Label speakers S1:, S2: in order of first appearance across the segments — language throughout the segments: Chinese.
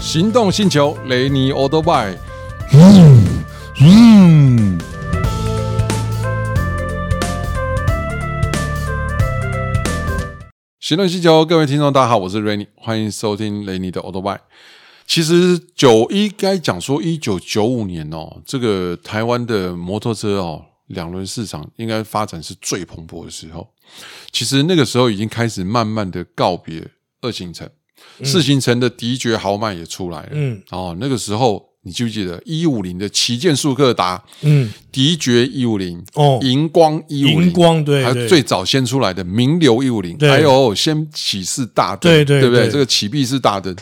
S1: 行动星球雷尼欧多拜。
S2: 嗯，
S1: 行动星球，各位听众，大家好，我是 Rainy，欢迎收听雷尼的 Auto Bike。其实九一该讲说一九九五年哦，这个台湾的摩托车哦，两轮市场应该发展是最蓬勃的时候。其实那个时候已经开始慢慢的告别二行程，四行程的迪爵豪迈也出来了。
S2: 嗯，
S1: 哦，那个时候你记不记得一五零的旗舰速克达？
S2: 嗯，
S1: 迪爵一五零，
S2: 哦
S1: 荧光一五零，
S2: 荧光对
S1: 还有
S2: 对
S1: 最早先出来的名流一五零，
S2: 对
S1: 还有先起士大灯，
S2: 对对
S1: 对不对？
S2: 对
S1: 这个起必是大灯，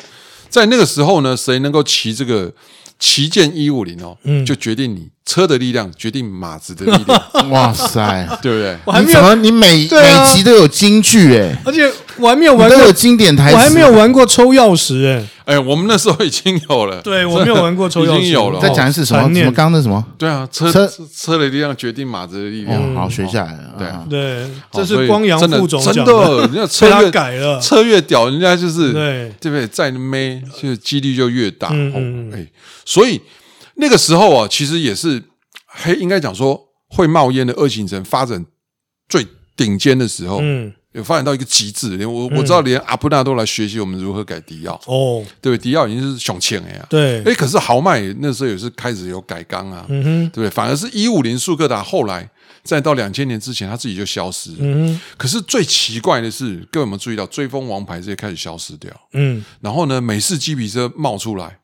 S1: 在那个时候呢，谁能够骑这个旗舰一五零哦，
S2: 嗯
S1: 就决定你车的力量决定马子的 力量，
S3: 哇塞！
S1: 对不对？
S2: 我还
S3: 你
S2: 没
S3: 怎
S2: 有，
S3: 么你每、
S2: 对啊
S3: 每集都有京剧哎，
S2: 而且我还没有
S3: 你
S2: 玩
S3: 都
S2: 过
S3: 有，经典台词，
S2: 我还没
S1: 哦
S2: 有玩过抽钥匙哎、
S1: 哎，我们那时候已经有了，
S2: 对我没有玩过抽
S1: 已
S2: 钥匙，
S1: 经有了哦
S3: 再讲一次什么
S2: 残
S3: 什
S2: 念
S3: 么刚刚的什么？
S1: 对啊，车
S3: 车
S1: 车的力量决定马子的力量，
S2: 嗯
S3: 哦，好学下来了。
S1: 对
S3: 啊
S2: 对，
S1: 哦
S2: 这
S1: 所
S2: 是
S1: 以
S2: 光阳
S1: 真的
S2: 副总
S1: 真
S2: 讲
S1: 的，人 家车
S2: 被他
S1: 越
S2: 改了，
S1: 车越屌，人家就是
S2: 对
S1: 对不对？再妹就几率就越大。
S2: 嗯
S1: 哦
S2: 嗯
S1: 哎，所以那个时候啊，其实也是黑，应该讲说会冒烟的二型城发展最顶尖的时候，
S2: 嗯，
S1: 有发展到一个极致。连我我知道，连阿布纳都来学习我们如何改迪奥，
S2: 哦，
S1: 对不对？迪奥已经是熊欠哎呀，
S2: 对，
S1: 哎，可是豪迈那时候也是开始有改缸啊，
S2: 嗯哼，
S1: 对不对？反而是一五零速克达后来。再到两千年之前，他自己就消失了。
S2: 嗯哼，
S1: 可是最奇怪的是，各位有没有注意到，追风王牌这些开始消失掉？
S2: 嗯
S1: 然后呢，美式鸡皮车冒出来，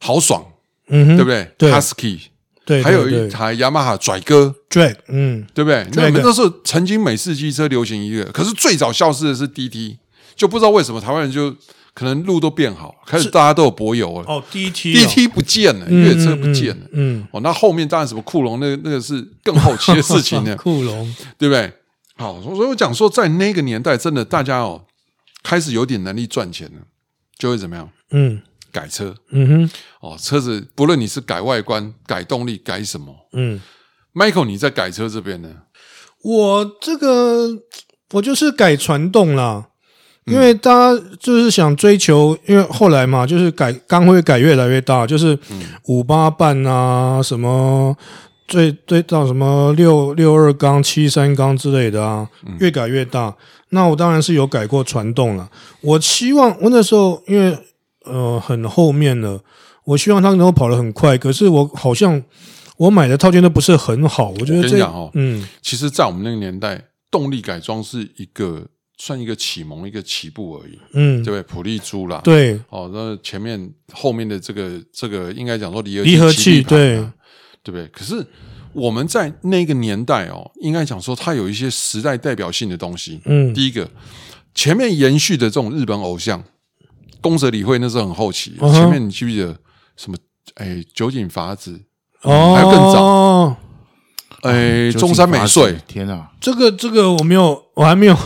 S1: 豪爽，
S2: 嗯哼，
S1: 对不对？
S2: 对
S1: h u s k y
S2: 对，
S1: 还有一
S2: 对对
S1: 台雅马哈拽哥，
S2: Drag，嗯，
S1: 对不对？那
S2: Drag
S1: 那时候曾经美式机车流行一个，可是最早消失的是 DT，就不知道为什么台湾人就可能路都变好，开始大家都有柏油了
S2: 哦，DT 哦
S1: ，DT 不见了，越车不见了。
S2: 嗯，，
S1: 哦，那后面当然什么库龙，那个那个是更后期的事情呢
S2: 库龙，
S1: 对不对？好，所以我讲说，在那个年代，真的大家哦，开始有点能力赚钱了，就会怎么样
S2: 嗯
S1: 改车，
S2: 嗯哼，
S1: 哦，车子不论你是改外观、改动力、改什么
S2: 嗯，
S1: ，Michael，你在改车这边呢？
S2: 我这个我就是改传动啦。
S1: 嗯
S2: 因为大家就是想追求，因为后来嘛，就是改缸会改越来越大，就是
S1: 嗯
S2: 五八半啊，什么最最到什么六六二缸、七三缸之类的啊，
S1: 嗯
S2: 越改越大。那我当然是有改过传动了。我希望我那时候因为呃很后面了，我希望它能够跑得很快，可是我好像我买的套件都不是很好，我
S1: 我
S2: 觉得
S1: 跟
S2: 这
S1: 你讲哦
S2: 嗯
S1: 其实，在我们那个年代，动力改装是一个算一个启蒙、一个起步而已，
S2: 嗯
S1: 对不对？普利珠啦，，
S2: 对
S1: 哦，那前面后面的这个这个，应该讲说离合
S2: 离合器
S1: 器骑力
S2: 对
S1: 盘啊，对不对？可是我们在那个年代哦，应该讲说它有一些时代代表性的东西。
S2: 嗯
S1: 第一个，前面延续的这种日本偶像，宫泽理惠那时候很后期，
S2: 嗯哼
S1: 前面你记不记得什么？哎，酒井法子，
S2: 哦，
S1: 嗯还有更
S2: 早。啊
S1: 哎，
S3: 究竟
S1: 中山美
S3: 发生
S1: 穗，
S3: 天啊！
S2: 哦这个这个我没有，我还 没有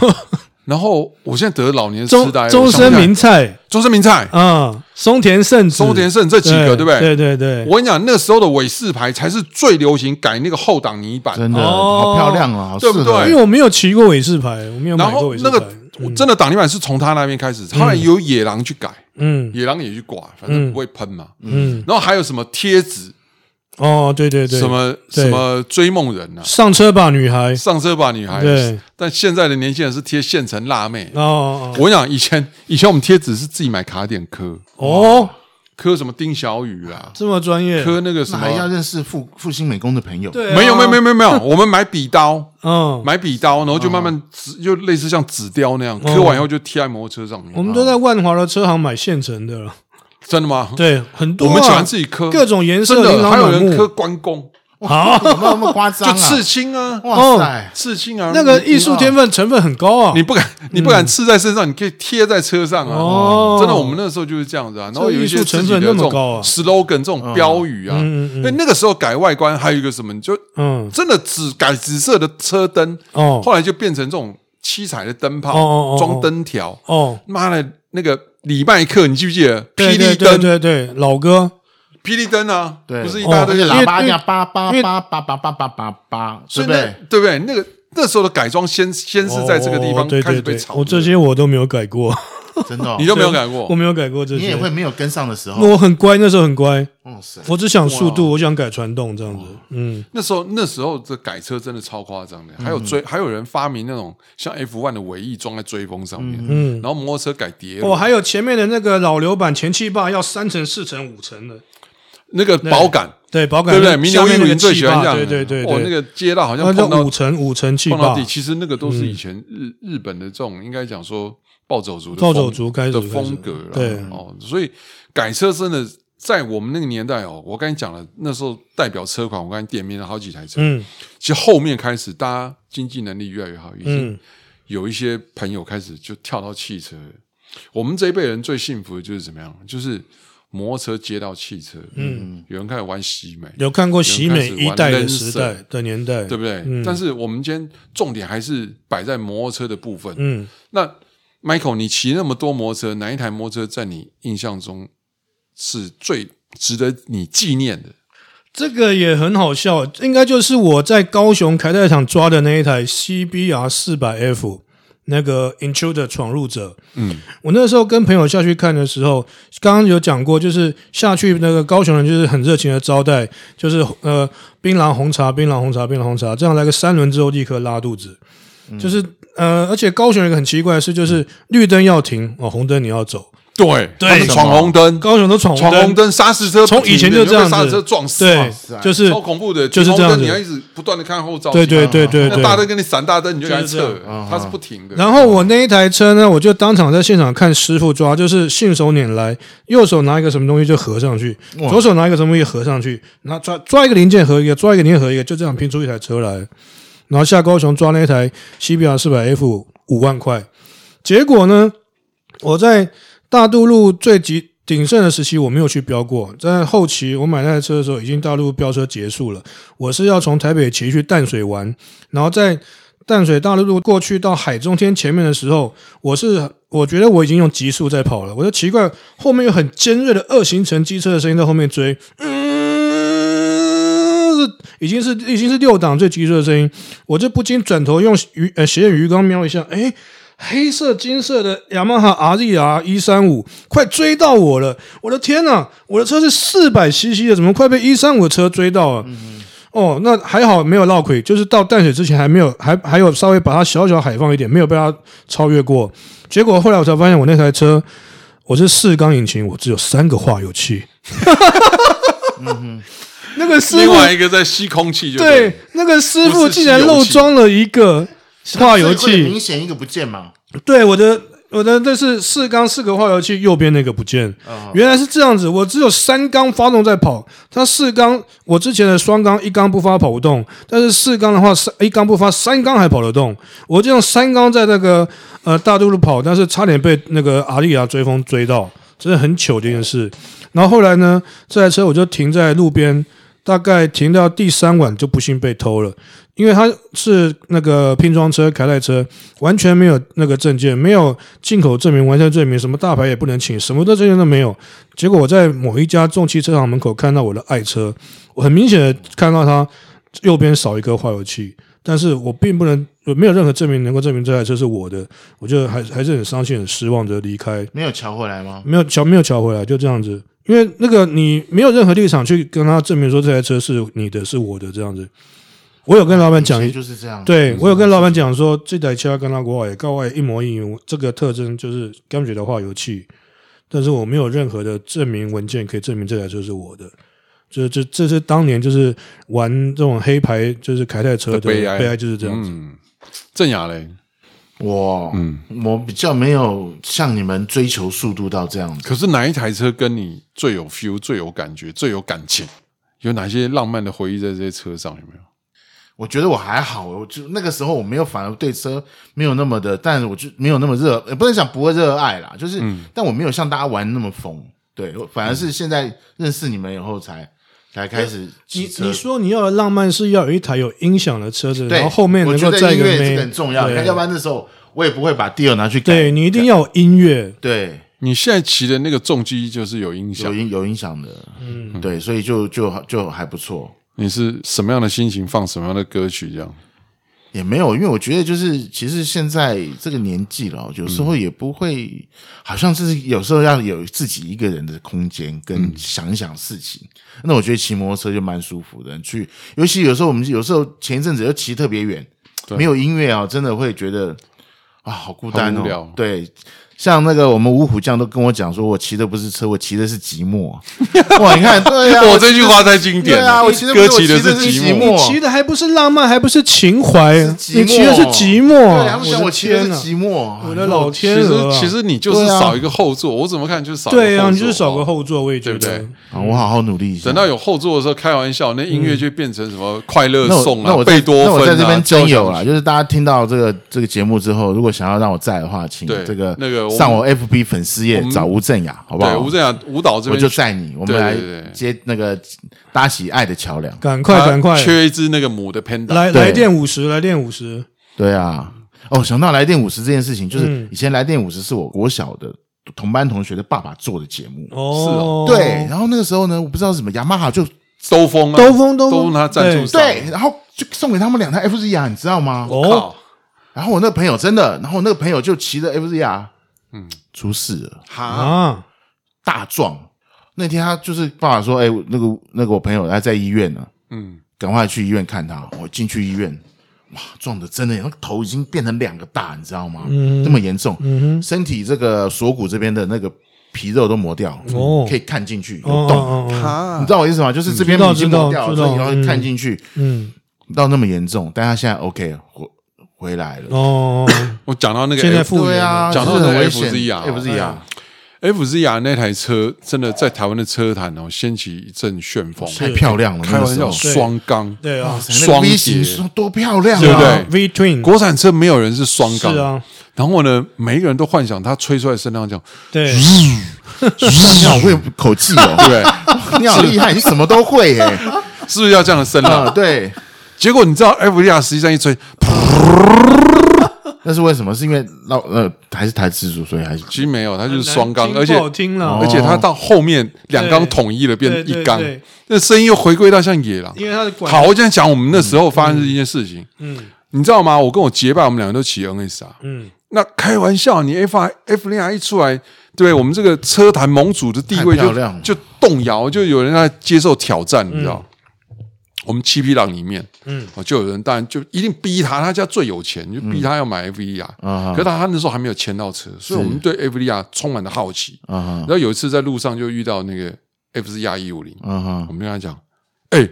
S1: 然后我现在得老年
S2: 周
S1: 痴呆，
S2: 周
S1: 我想不
S2: 深
S1: 起来
S2: 明菜
S1: 周深明菜、
S2: 啊，松田圣子，
S1: 松田圣这几个，对不对？
S2: 对对对，
S1: 我跟你讲，那时候的尾四排才是最流行改那个后挡泥板，
S3: 真的、
S2: 哦
S3: 好漂亮哦，好适
S1: 对
S3: 合
S1: 不对
S2: 因为我没有骑过尾式牌，我没有买
S1: 然
S2: 过
S1: 后
S2: 尾式
S1: 那
S2: 牌。嗯
S1: 个我真的挡泥板是从他那边开始，后来由野狼去改，
S2: 嗯
S1: 野狼也去刮，反正不会喷嘛。
S2: 嗯，
S1: 然后还有什么贴纸，
S2: 哦，对对对，
S1: 什么
S2: 对
S1: 什么追梦人啊，
S2: 上车吧，女孩，
S1: 上车吧女孩
S2: 对。
S1: 但现在的年轻人是贴现成辣妹。
S2: 哦
S1: 我跟你讲，以前以前我们贴纸是自己买卡点刻，
S2: 哦，
S1: 刻什么丁小雨啊，
S2: 这么专业，
S1: 刻那个什
S3: 那还要
S1: 么。
S3: 认识复复兴美工的朋友，
S2: 对，啊
S1: 没有没有没有，没有没有，我们买笔刀，
S2: 嗯，
S1: 买笔刀，然后就慢慢纸，就类似像纸雕那样，
S2: 哦
S1: 刻完以后就贴在摩托车上面。
S2: 我们都在万华的车行买现成的了，
S1: 真的吗？
S2: 对，很多
S1: 哦我
S2: 啊，
S1: 们喜欢自己刻，
S2: 各种
S1: 真
S2: 颜色，琳
S1: 的，
S2: 琅
S1: 还有
S2: 满
S1: 人刻
S2: 目。
S1: 关公，
S2: 好，
S3: 有没有那么夸张
S1: 就
S3: 啊？
S1: 刺青啊，
S3: 哇塞！
S1: 刺青啊，
S2: 哦那个艺术天分成分很高啊
S1: 你，不敢，你不敢刺在身上，你可以贴在车上啊。
S2: 哦
S1: 真的，我们那时候就是这样子啊。然后有一些
S2: 这个艺术
S1: 自
S2: 成
S1: 己的
S2: 分
S1: 这
S2: 那么
S1: 种
S2: 高啊
S1: slogan 这种标语啊，
S2: 嗯嗯嗯
S1: 因为那个时候改外观还有一个什么，你就
S2: 嗯，
S1: 真的只改紫色的车灯，
S2: 哦
S1: 后来就变成这种七彩的灯
S2: 哦哦哦
S1: 泡
S2: 哦
S1: 装灯条，
S2: 哦，
S1: 妈的，那个李麦克，你记不记得？
S2: 对
S1: 霹
S2: 对
S1: 雳
S2: 对
S1: 灯，
S2: 对对，老哥，
S1: 霹雳灯啊，
S3: 对，哦
S1: 不是一大
S3: 而
S1: 堆
S3: 且
S1: 的
S3: 喇叭
S2: 因为
S3: 这样叭叭
S2: 因为
S3: 叭叭叭叭叭叭叭，
S1: 所
S3: 对
S1: 以
S3: 不
S1: 那
S3: 对？
S1: 对不对？那个那时候的改装先先是在这个地
S2: 哦
S1: 方
S2: 对
S1: 开始被
S2: 对对，
S1: 炒，
S2: 我这些我都没有改过，
S3: 真的哦，
S1: 你都没有改过
S2: 我。没有改过这
S3: 你
S2: 些
S3: 也。会没有跟上的时候。
S2: 我很乖，那时候很乖，
S3: 哇塞，
S2: 我只想速
S1: 哇
S2: 度，我想改传动这样子。嗯，
S1: 那时候那时候这改车真的超夸张的，还有追还有人发明那种像 F one 的尾翼装在追风上面，
S2: 嗯
S1: 然后摩托车改碟
S2: 我、
S1: 轮，
S2: 哦还有前面的那个老流版前气坝要三层、四层、五层的，
S1: 那个保杆，
S2: 对，保感
S1: 对不对？
S2: 那
S1: 名
S2: 下
S1: 流玉
S2: 面那个
S1: 林最
S2: 气
S1: 喜欢
S2: 坝
S1: 这样的，
S2: 对对对
S1: 哦，
S2: 对，
S1: 那个街道好像
S2: 那叫
S1: 碰到
S2: 五层五层气
S1: 碰到
S2: 坝
S1: 地，，其实那个都
S2: 嗯
S1: 是以前日、日本的这种应该讲说暴走族的
S2: 暴走
S1: 风
S2: 族开始
S1: 的
S2: 开始
S1: 风格啦，
S2: 对
S1: 哦，所以改车真的在我们那个年代哦，我刚才讲了，那时候代表车款，我刚才点名了好几台车，
S2: 嗯
S1: 其实后面开始大家经济能力越来越好，已经
S2: 嗯，
S1: 有一些朋友开始就跳到汽车了。我们这一辈人最幸福的就是怎么样？就是摩托车接到汽车，嗯，有人开始玩喜美，
S2: 有看过喜美
S1: 有人开始
S2: 一
S1: 玩
S2: 代的
S1: Lancer
S2: 时代的年代，
S1: 对不对？
S2: 嗯
S1: 但是我们今天重点还是摆在摩托车的部分。
S2: 嗯，
S1: 那 Michael，你骑那么多摩托车，哪一台摩托车在你印象中是最值得你纪念的？
S2: 这个也很好笑，应该就是我在高雄凯泰厂抓的那一台 CBR 四百 F 那个 Intruder 闯入者。
S1: 嗯，
S2: 我那时候跟朋友下去看的时候，刚刚有讲过，就是下去那个高雄人就是很热情的招待，就是呃槟榔红茶、槟榔红茶、槟榔红茶，这样来个三轮之后立刻拉肚子，
S1: 嗯
S2: 就是呃，而且高雄有一个很奇怪的事，就是绿灯要停哦，红灯你要走，
S1: 对，
S2: 对
S1: 他们闯红灯，
S2: 高雄都闯
S1: 闯
S2: 红
S1: 红
S2: 灯，
S1: 灯，刹车车
S2: 从以前就这样
S1: 你会被
S2: 子
S1: 刹车车撞死，
S2: 对
S1: 哇塞，
S2: 就是
S1: 超恐怖的，
S2: 就是
S1: 闯
S2: 这
S1: 红灯
S2: 样子
S1: 你要一直不断的看后照镜
S2: 对
S1: 啊，
S2: 对对对
S1: 那
S2: 对，
S1: 大灯跟你闪大灯，你就来
S2: 就是这样啊
S1: 测，它啊是不停的。
S2: 然后我那一台车呢，我就当场在现场看师傅抓，就是信手拈来，右手拿一个什么东西就合上去，
S3: 哇
S2: 左手拿一个什么东西合上去，然后抓抓一个零件合一个，抓一个零件合一个，就这样拼出一台车来。然后下高雄抓那一台 CBR 四百 F 五万块，结果呢，我在大渡路最极鼎盛的时期我没有去飙过，在后期我买那台车的时候，已经大陆飙车结束了。我是要从台北骑去淡水玩，然后在淡水大陆路过去到海中天前面的时候，我是我觉得我已经用极速在跑了，我就奇怪后面有很尖锐的二行程机车的声音在后面追，嗯，是已经是已经是六档最急速的声音，我就不禁转头用鱼呃斜眼鱼缸瞄一下，哎。黑色、金色的雅马哈 RZR 一三五，快追到我了！我的天呐，我的车是四百 CC 的，怎么快被一三五的车追到了？哦，那还好没有落魁，就是到淡水之前还没有，还还有稍微把它小小海放一点，没有被它超越过。结果后来我才发现，我那台车我是四缸引擎，我只有三个化油器。 那个师
S1: 嗯另
S2: 傅
S1: 外一个在吸空气，就
S2: 对，那个师傅竟然漏装了一个化油
S3: 所以会
S2: 器，
S3: 明显一个不见嘛，
S2: 对我的我的这是四缸四个化油器，右边那个不见，原来是这样子，我只有三缸发动在跑，它四缸我之前的双缸一缸不发跑不动，但是四缸的话三一缸不发，三缸还跑得动，我就用三缸在那个呃大渡路跑，但是差点被那个阿丽亚追风追到，真的很糗的一件事。然后后来呢，这台车我就停在路边。大概停到第三晚就不幸被偷了，因为它是那个拼装车、凯泰车，完全没有那个证件，没有进口证明、完全证明，什么大牌也不能请，什么的证件都没有。结果我在某一家重汽车行门口看到我的爱车，我很明显的看到它右边少一个化油器，但是我并不能，我没有任何证明能够证明这台车是我的，我就还还是很伤心、很失望的离开。
S3: 没有瞧回来吗？
S2: 没有瞧没有瞧回来，就这样子。因为那个你没有任何立场去跟他证明说这台车是你的，是我的这样子。我有跟老板讲
S3: 以
S2: 一
S3: 前啊就是这样。
S2: 对我有跟老板讲说，这台车跟它国外国外一模一样，这个特征就是感觉的化油器，但是我没有任何的证明文件可以证明这台车是我的。这这这是当年就是玩这种黑牌，就是凯泰车的
S1: 的悲哀
S2: 就是这
S1: 对
S2: 样子。
S1: 嗯，郑雅嘞，
S3: 我，我比较没有像你们追求速度到这样子。
S1: 可是哪一台车跟你最有 feel、最有感觉、最有感情？有哪些浪漫的回忆在这些车上？有没有？
S3: 我觉得我还好，我就那个时候我没有，反而对车没有那么的，但我就没有那么热，也不能讲不会热爱啦，就是，但我没有像大家玩那么疯。对，我反而是现在认识你们以后才才开始骑
S2: 呃你
S3: 车。
S2: 你说你要的浪漫是要有一台有音响的车子，
S3: 对，
S2: 然后后面
S3: 我
S2: 能
S3: 觉
S2: 够
S3: 得
S2: 载一
S3: 音
S2: 个
S3: 乐这
S2: 妹
S3: 个很重要，
S2: 对
S3: 你看要不然那时候我也不会把第二拿去改。
S2: 对你一定要有音乐，
S3: 对，
S1: 你现在骑的那个重机就是有音响
S3: 有，影有影响的，嗯，对，所以就就就还不错。
S1: 你是什么样的心情放什么样的歌曲？这样
S3: 也没有，因为我觉得就是其实现在这个年纪了，有
S1: 嗯
S3: 时候也不会，好像就是有时候要有自己一个人的空间，
S1: 嗯
S3: 跟想一想事情。那我觉得骑摩托车就蛮舒服的，去尤其有时候我们有时候前一阵子又骑特别远，没有音乐啊，真的会觉得啊好孤单
S1: 好无聊
S3: 哦。对，像那个我们五虎将都跟我讲说，我骑的不是车，我骑的是寂 寞。哇，你看，对呀、啊，
S1: 我这句话太经典
S3: 对啊，
S1: 了。
S3: 我骑的不
S1: 歌
S3: 是
S1: 骑的
S3: 我骑的
S1: 是
S3: 寂
S1: 寂
S2: 你骑
S3: 寞。
S2: 的还不是浪漫，还不是情怀，
S3: 是寂寞
S2: 你骑的是寂寞。
S3: 对，他们讲我
S2: 的
S3: 骑的
S2: 天
S3: 是
S2: 呐，
S3: 寂寞，
S2: 我的老
S1: 其
S2: 天
S1: 实
S2: 鹅啊！
S1: 其实你就是
S3: 对啊
S1: 少一个后座，我怎么看就是少一个
S2: 对啊，
S1: 后
S2: 你就是
S1: 座哦
S2: 少个后座，我也觉
S1: 对
S2: 得
S1: 不。
S3: 啊，我好好努力一下。
S1: 等到有后座的时候，开玩笑，那音乐就变成什么快乐
S3: 那我
S1: 颂
S3: 那
S1: 啊、
S3: 我在
S1: 贝多
S3: 那我
S1: 芬
S3: 在
S1: 啊，
S3: 这边真有啦，
S1: 交响曲
S3: 就是大家听到这个这个节目之后，如果想要让我在的话，请
S1: 对
S3: 这个
S1: 那个我们
S3: 上我 FB 粉丝页
S1: 我们
S3: 找吴镇雅，好不好？
S1: 对，吴镇雅舞蹈这
S3: 我
S1: 边
S3: 就在你，我们
S1: 对
S3: 来
S1: 对对
S3: 接那个搭起爱的桥梁。
S2: 赶快
S1: 他
S2: 赶快，
S1: 缺一只那个母的 panda，
S2: 来
S3: 对
S2: 来电五十，来电五十，
S3: 对啊，哦，想到来电五十这件事情，就是
S2: 嗯
S3: 以前来电五十是我国小的同班同学的爸爸做的节目，
S2: 哦，
S3: 对。然后那个时候呢，我不知道什么雅马哈就
S1: 兜风啊，
S2: 兜风兜
S1: 都
S2: 风，
S1: 他赞助
S2: 对
S1: 商
S3: 对，然后就送给他们两台 FZR，你知道吗？
S2: 哦，
S1: 靠，
S3: 然后我那个朋友真的，然后我那个朋友就骑着 FZR，嗯，出事了，
S1: 哈，
S2: 啊，
S3: 大撞。那天他就是爸爸说，哎、那个那个我朋友他在医院呢，
S1: 嗯，
S3: 赶快去医院看他。我进去医院，哇，撞的真的，那个头已经变成两个大，你知道吗？嗯，这么严重，嗯身体这个锁骨这边的那个皮肉都磨掉，
S2: 哦
S3: 可以看进去有
S2: 哦
S3: 洞，
S2: 哦哦，哦
S1: 哈
S3: 你知道我意思吗？就是这边
S2: 知道
S3: 已经磨
S2: 知
S3: 掉
S2: 道
S3: 了，
S2: 知
S3: 所
S2: 道
S3: 以然后
S2: 嗯
S3: 看进去、
S2: 嗯，
S3: 到那么严重，但他现在 OK 了回回来了。
S2: 哦，哦
S1: 我讲到那个
S2: 现在
S1: F
S2: 复
S3: 对
S2: 原了，
S3: 啊，
S1: 讲到
S3: 就是
S1: 那
S3: 很
S1: 个
S3: 危险
S1: FZR
S3: FZR
S2: 嗯
S1: FZR 那台车，真的在台湾的车坛哦掀起一阵旋风，
S3: 太漂亮了，
S1: 开玩
S3: 那
S1: 笑，
S3: 个时候
S2: 对
S1: 双缸，
S2: 对啊
S3: 哇，塞，那个
S1: 双
S3: V 型
S1: 节
S3: 是多漂亮啊，
S1: 对不对
S2: 啊？V twin
S1: 国产车没有人是双
S2: 是
S1: 缸，
S2: 啊，
S1: 然后呢，每一个人都幻想它吹出来的声浪这样，
S2: 对，
S3: 你好会口技
S1: 对
S3: 哦，
S1: 不对？
S3: 你好厉害，你什么都会耶，
S1: 是不是要这样的声
S3: 啊，
S1: 浪？
S3: 对，
S1: 结果你知道 FZR 实际上一吹，
S3: 那是为什么？是因为老呃还是台词组，所以还是
S1: 其实没有，它就是双缸，
S2: 难听
S1: 而且哦
S2: 不好听了，
S1: 而且它到后面两缸统一了，变
S2: 哦对对
S1: 一缸
S2: 对，
S1: 那声音又回归到像野狼。
S2: 因为它的管
S1: 好，我现在讲我们那时候发生的一件事情，
S2: 嗯
S1: 你知道吗？我跟我结拜，我们两个都骑 NSR，
S2: 嗯，
S1: 那开玩笑，你 F I F 零 R 一出来，对我们这个车坛盟主的地位
S3: 太漂亮了
S1: 就就动摇，就有人在接受挑战，你知道？我们七匹狼里面，
S2: 嗯
S1: 哦，就有人当然就一定逼他，他家最有钱，你就逼他要买 F 一 R，
S3: 嗯啊哈
S1: 可是他他那时候还没有签到车，所以我们对 F 一 R 充满了好奇。
S3: 啊哈
S1: 然后有一次在路上就遇到那个 F 四 R 一五零，
S3: 啊哈
S1: 我，们就跟他讲，哎，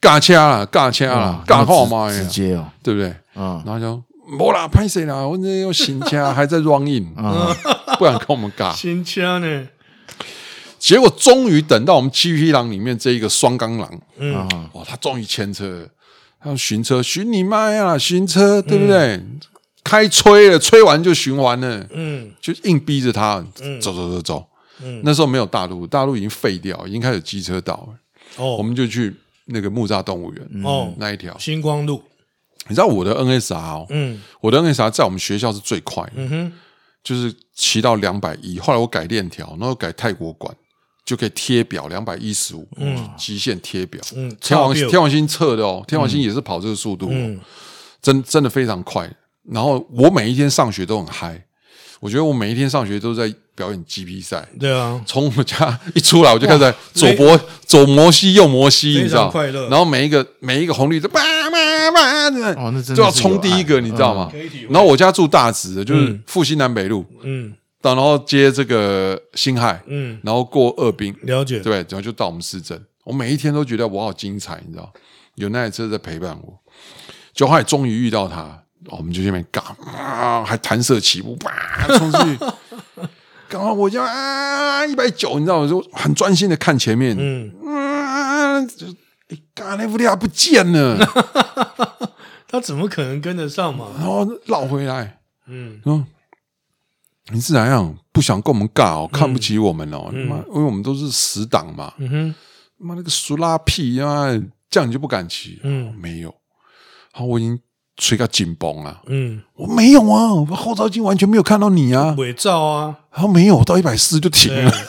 S1: 尬掐啦，尬掐啦，尬号嘛，
S3: 哦直接哦，
S1: 对不对？
S3: 啊
S1: 然后就没啦，拍谁啦？我那要新家还在 run in，
S3: 啊，
S1: 不然跟我们尬。
S2: 新枪呢，
S1: 结果终于等到我们七匹狼里面这一个双钢狼，
S2: 嗯，
S1: 哦，他终于牵车了，他要巡车，巡你妈呀，巡车，对不对？
S3: 嗯
S1: 开吹了，吹完就循环了，
S2: 嗯，
S1: 就硬逼着他走走走走。那时候没有大陆，大陆已经废掉，已经开始有机车道了。我
S2: 哦
S1: 们就去那个木栅动物园
S2: 哦，
S1: 那一条。
S2: 星光路，
S1: 你知道我的 NSR 哦，
S2: 嗯
S1: 我的 NSR 在我们学校是最快的，
S2: 嗯哼，
S1: 就是骑到两百一，后来我改链条，然后改泰国管，就可以贴表两百一十五，极限贴表。
S2: 嗯
S1: 天王
S2: 差不多
S1: 天王星测的哦，天王星也是跑这个速度、哦，
S2: 嗯
S1: 真真的非常快。然后我每一天上学都很嗨，我觉得我每一天上学都在表演 GP 赛。
S2: 对啊，
S1: 从我们家一出来，我就开始在左摩左摩西右摩西，
S2: 非常
S1: 你知道？
S2: 快乐
S1: 然后每一个每一个红绿灯，叭叭叭，哦
S3: 那真的
S1: 就要
S3: 是有
S1: 冲第一个，
S3: 爱
S1: 你知道吗
S2: 可以体？会
S1: 然后我家住大直的，就是复兴南北路，
S2: 嗯
S1: 然后接这个新海，
S2: 嗯，
S1: 然后过二滨，
S2: 了解，
S1: 对，然后就到我们市政。我每一天都觉得我好精彩，你知道，有那台车在陪伴我。就后来终于遇到他，哦我们就这边尬，啊、还弹射起步，啪冲出去，刚好我就啊一百九，你知道，我就很专心的看前面，
S2: 嗯，
S1: 啊，就哎，刚那副利亚不见了，
S2: 他怎么可能跟得上嘛？
S1: 然后绕回来，
S2: 嗯
S1: 说你是哪样不想跟我们尬哦，看不起我们哦，妈、因为我们都是死党嘛，
S2: 嗯哼，
S1: 妈那个苏拉屁啊，这样你就不敢骑？
S2: 嗯
S1: 嗯，没有，好，我已经吹到紧绷啊了。
S2: 嗯，
S1: 我没有啊，我后照镜完全没有看到你啊。
S2: 伪造啊，
S1: 他说没有，我到一百四就停
S2: 对
S1: 了。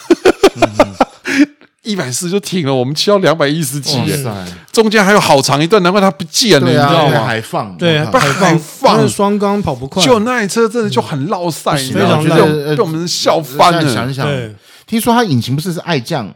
S1: 一百四就停了，我们骑到两百一十几
S3: 哇
S1: 耶，
S3: 塞，
S1: 中间还有好长一段，难怪它不见了，
S3: 对
S1: 你知
S3: 啊，
S1: 道
S3: 那个
S1: 吗？
S3: 海放，
S2: 对，
S3: 我靠
S1: 不然
S2: 放
S1: 还放
S2: 但是双缸跑不快，
S1: 就那一车真的就很落塞，你知
S2: 非
S1: 道
S2: 常
S1: 吗？
S3: 我觉
S2: 烂
S1: 就
S3: 得
S1: 被我们笑翻
S3: 呃现在
S1: 了
S3: 想。一想，
S2: 对，
S3: 听说它引擎不是是爱酱，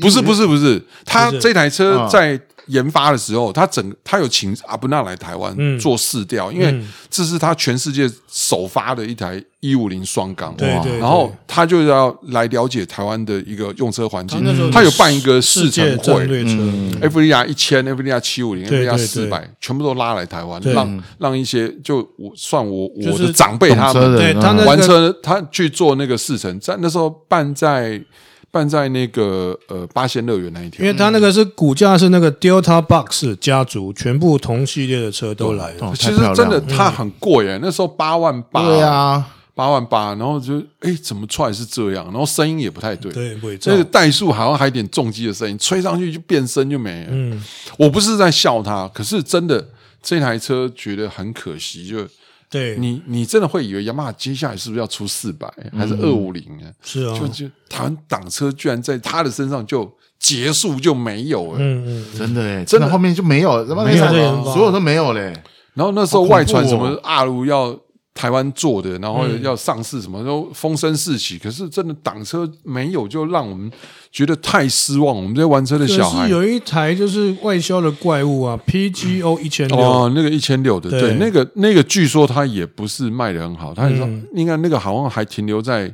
S1: 不是不是不是，他
S2: 不是啊
S1: 这台车
S3: 嗯
S1: 在研发的时候，他整他有请阿布纳来台湾
S2: 嗯
S1: 做试调，因为
S2: 嗯
S1: 这是他全世界首发的一台一五零双缸，
S2: 对对对
S1: 然后他就要来了解台湾的一个用车环境
S2: 他那时候，
S1: 嗯他有办一个试
S2: 世
S1: 乘
S2: 界
S1: 会
S2: 战。略车，
S3: 嗯
S1: f v r 一千 f v r 七五零 f
S2: 对
S1: v
S2: 对
S1: r
S2: 对
S1: 四百，全部都拉来台湾，
S2: 对
S1: 让让一些就我算我
S2: 就
S1: 我
S2: 是
S1: 的长辈他
S3: 懂
S1: 们
S3: 车的
S2: 对
S3: 人
S2: 他
S3: 啊
S2: 那
S1: 玩
S2: 个
S1: 车，他去做那个试乘，在那时候办在办在那个呃八仙乐园那一
S2: 因
S1: 天，
S2: 为它那个是骨架是那个 Delta Box 家族全部同系列的车都来了，
S3: 哦
S1: 其实
S3: 太漂亮
S1: 真的
S3: 了
S1: 它很贵耶，那时候八万八，
S3: 对，啊，
S1: 八万八，然后就哎怎么出来是这样，然后声音也不太对。
S2: 对，伪造
S1: 这，个代数好像还有点重击的声音，吹上去就变声就没了。
S2: 嗯，
S1: 我不是在笑他，可是真的这台车觉得很可惜，就
S2: 对，
S1: 你你真的会以为雅马哈接下来是不是要出四百还是二五零啊？
S2: 是啊，
S1: 就就台湾挡车居然在他的身上就结束就没有了。
S2: 嗯嗯，
S3: 真的哎，真的后面就没有，他妈
S2: 没有
S3: 那
S2: 这个
S3: 场
S2: 人吧
S3: 所有都没有嘞，
S1: 然后那时候
S3: 好恐怖
S1: 外传
S3: 哦
S1: 什么阿鲁要台湾做的，然后要上市什么，都风声四起。可是真的挡车没有，就让我们觉得太失望。我们这些玩车的
S2: 可
S1: 小孩
S2: 是有一台就是外销的怪物啊，PGO 一千六，
S1: 哦，那个一千六的，
S2: 对
S1: 对，那个那个据说它也不是卖的很好，它说
S2: 嗯
S1: 应该那个好像还停留在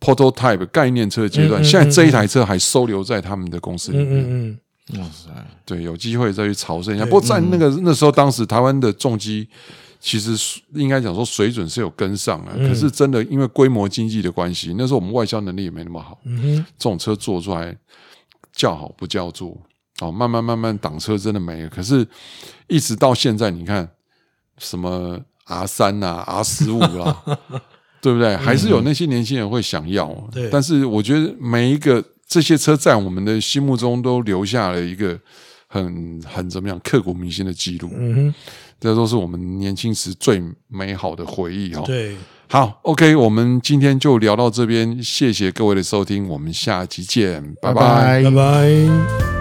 S1: prototype 概念车的阶段。
S2: 嗯嗯
S1: 现在这一台车还收留在他们的公司里
S2: 嗯
S1: 面。
S2: 嗯
S3: 哇塞，
S1: 对，有机会再去朝圣一下。
S2: 对嗯
S1: 不过在那个、那时候，当时台湾的重机其实是应该讲说水准是有跟上的，
S2: 嗯
S1: 可是真的因为规模经济的关系，那时候我们外销能力也没那么好，
S2: 嗯嗯
S1: 这种车做出来叫好不叫座哦，慢慢慢慢挡车真的没了。可是，一直到现在，你看什么 R 三呐、R 十五 啦，对不对？还是有那些年轻人会想要。
S2: 嗯对
S1: 但是我觉得每一个这些车在我们的心目中都留下了一个很很怎么样刻骨铭心的记录，
S2: 嗯嗯
S1: 这都是我们年轻时最美好的回忆哦
S2: 哼，。对，
S1: 好，OK，我们今天就聊到这边，谢谢各位的收听，我们下集见，拜拜
S2: 拜拜。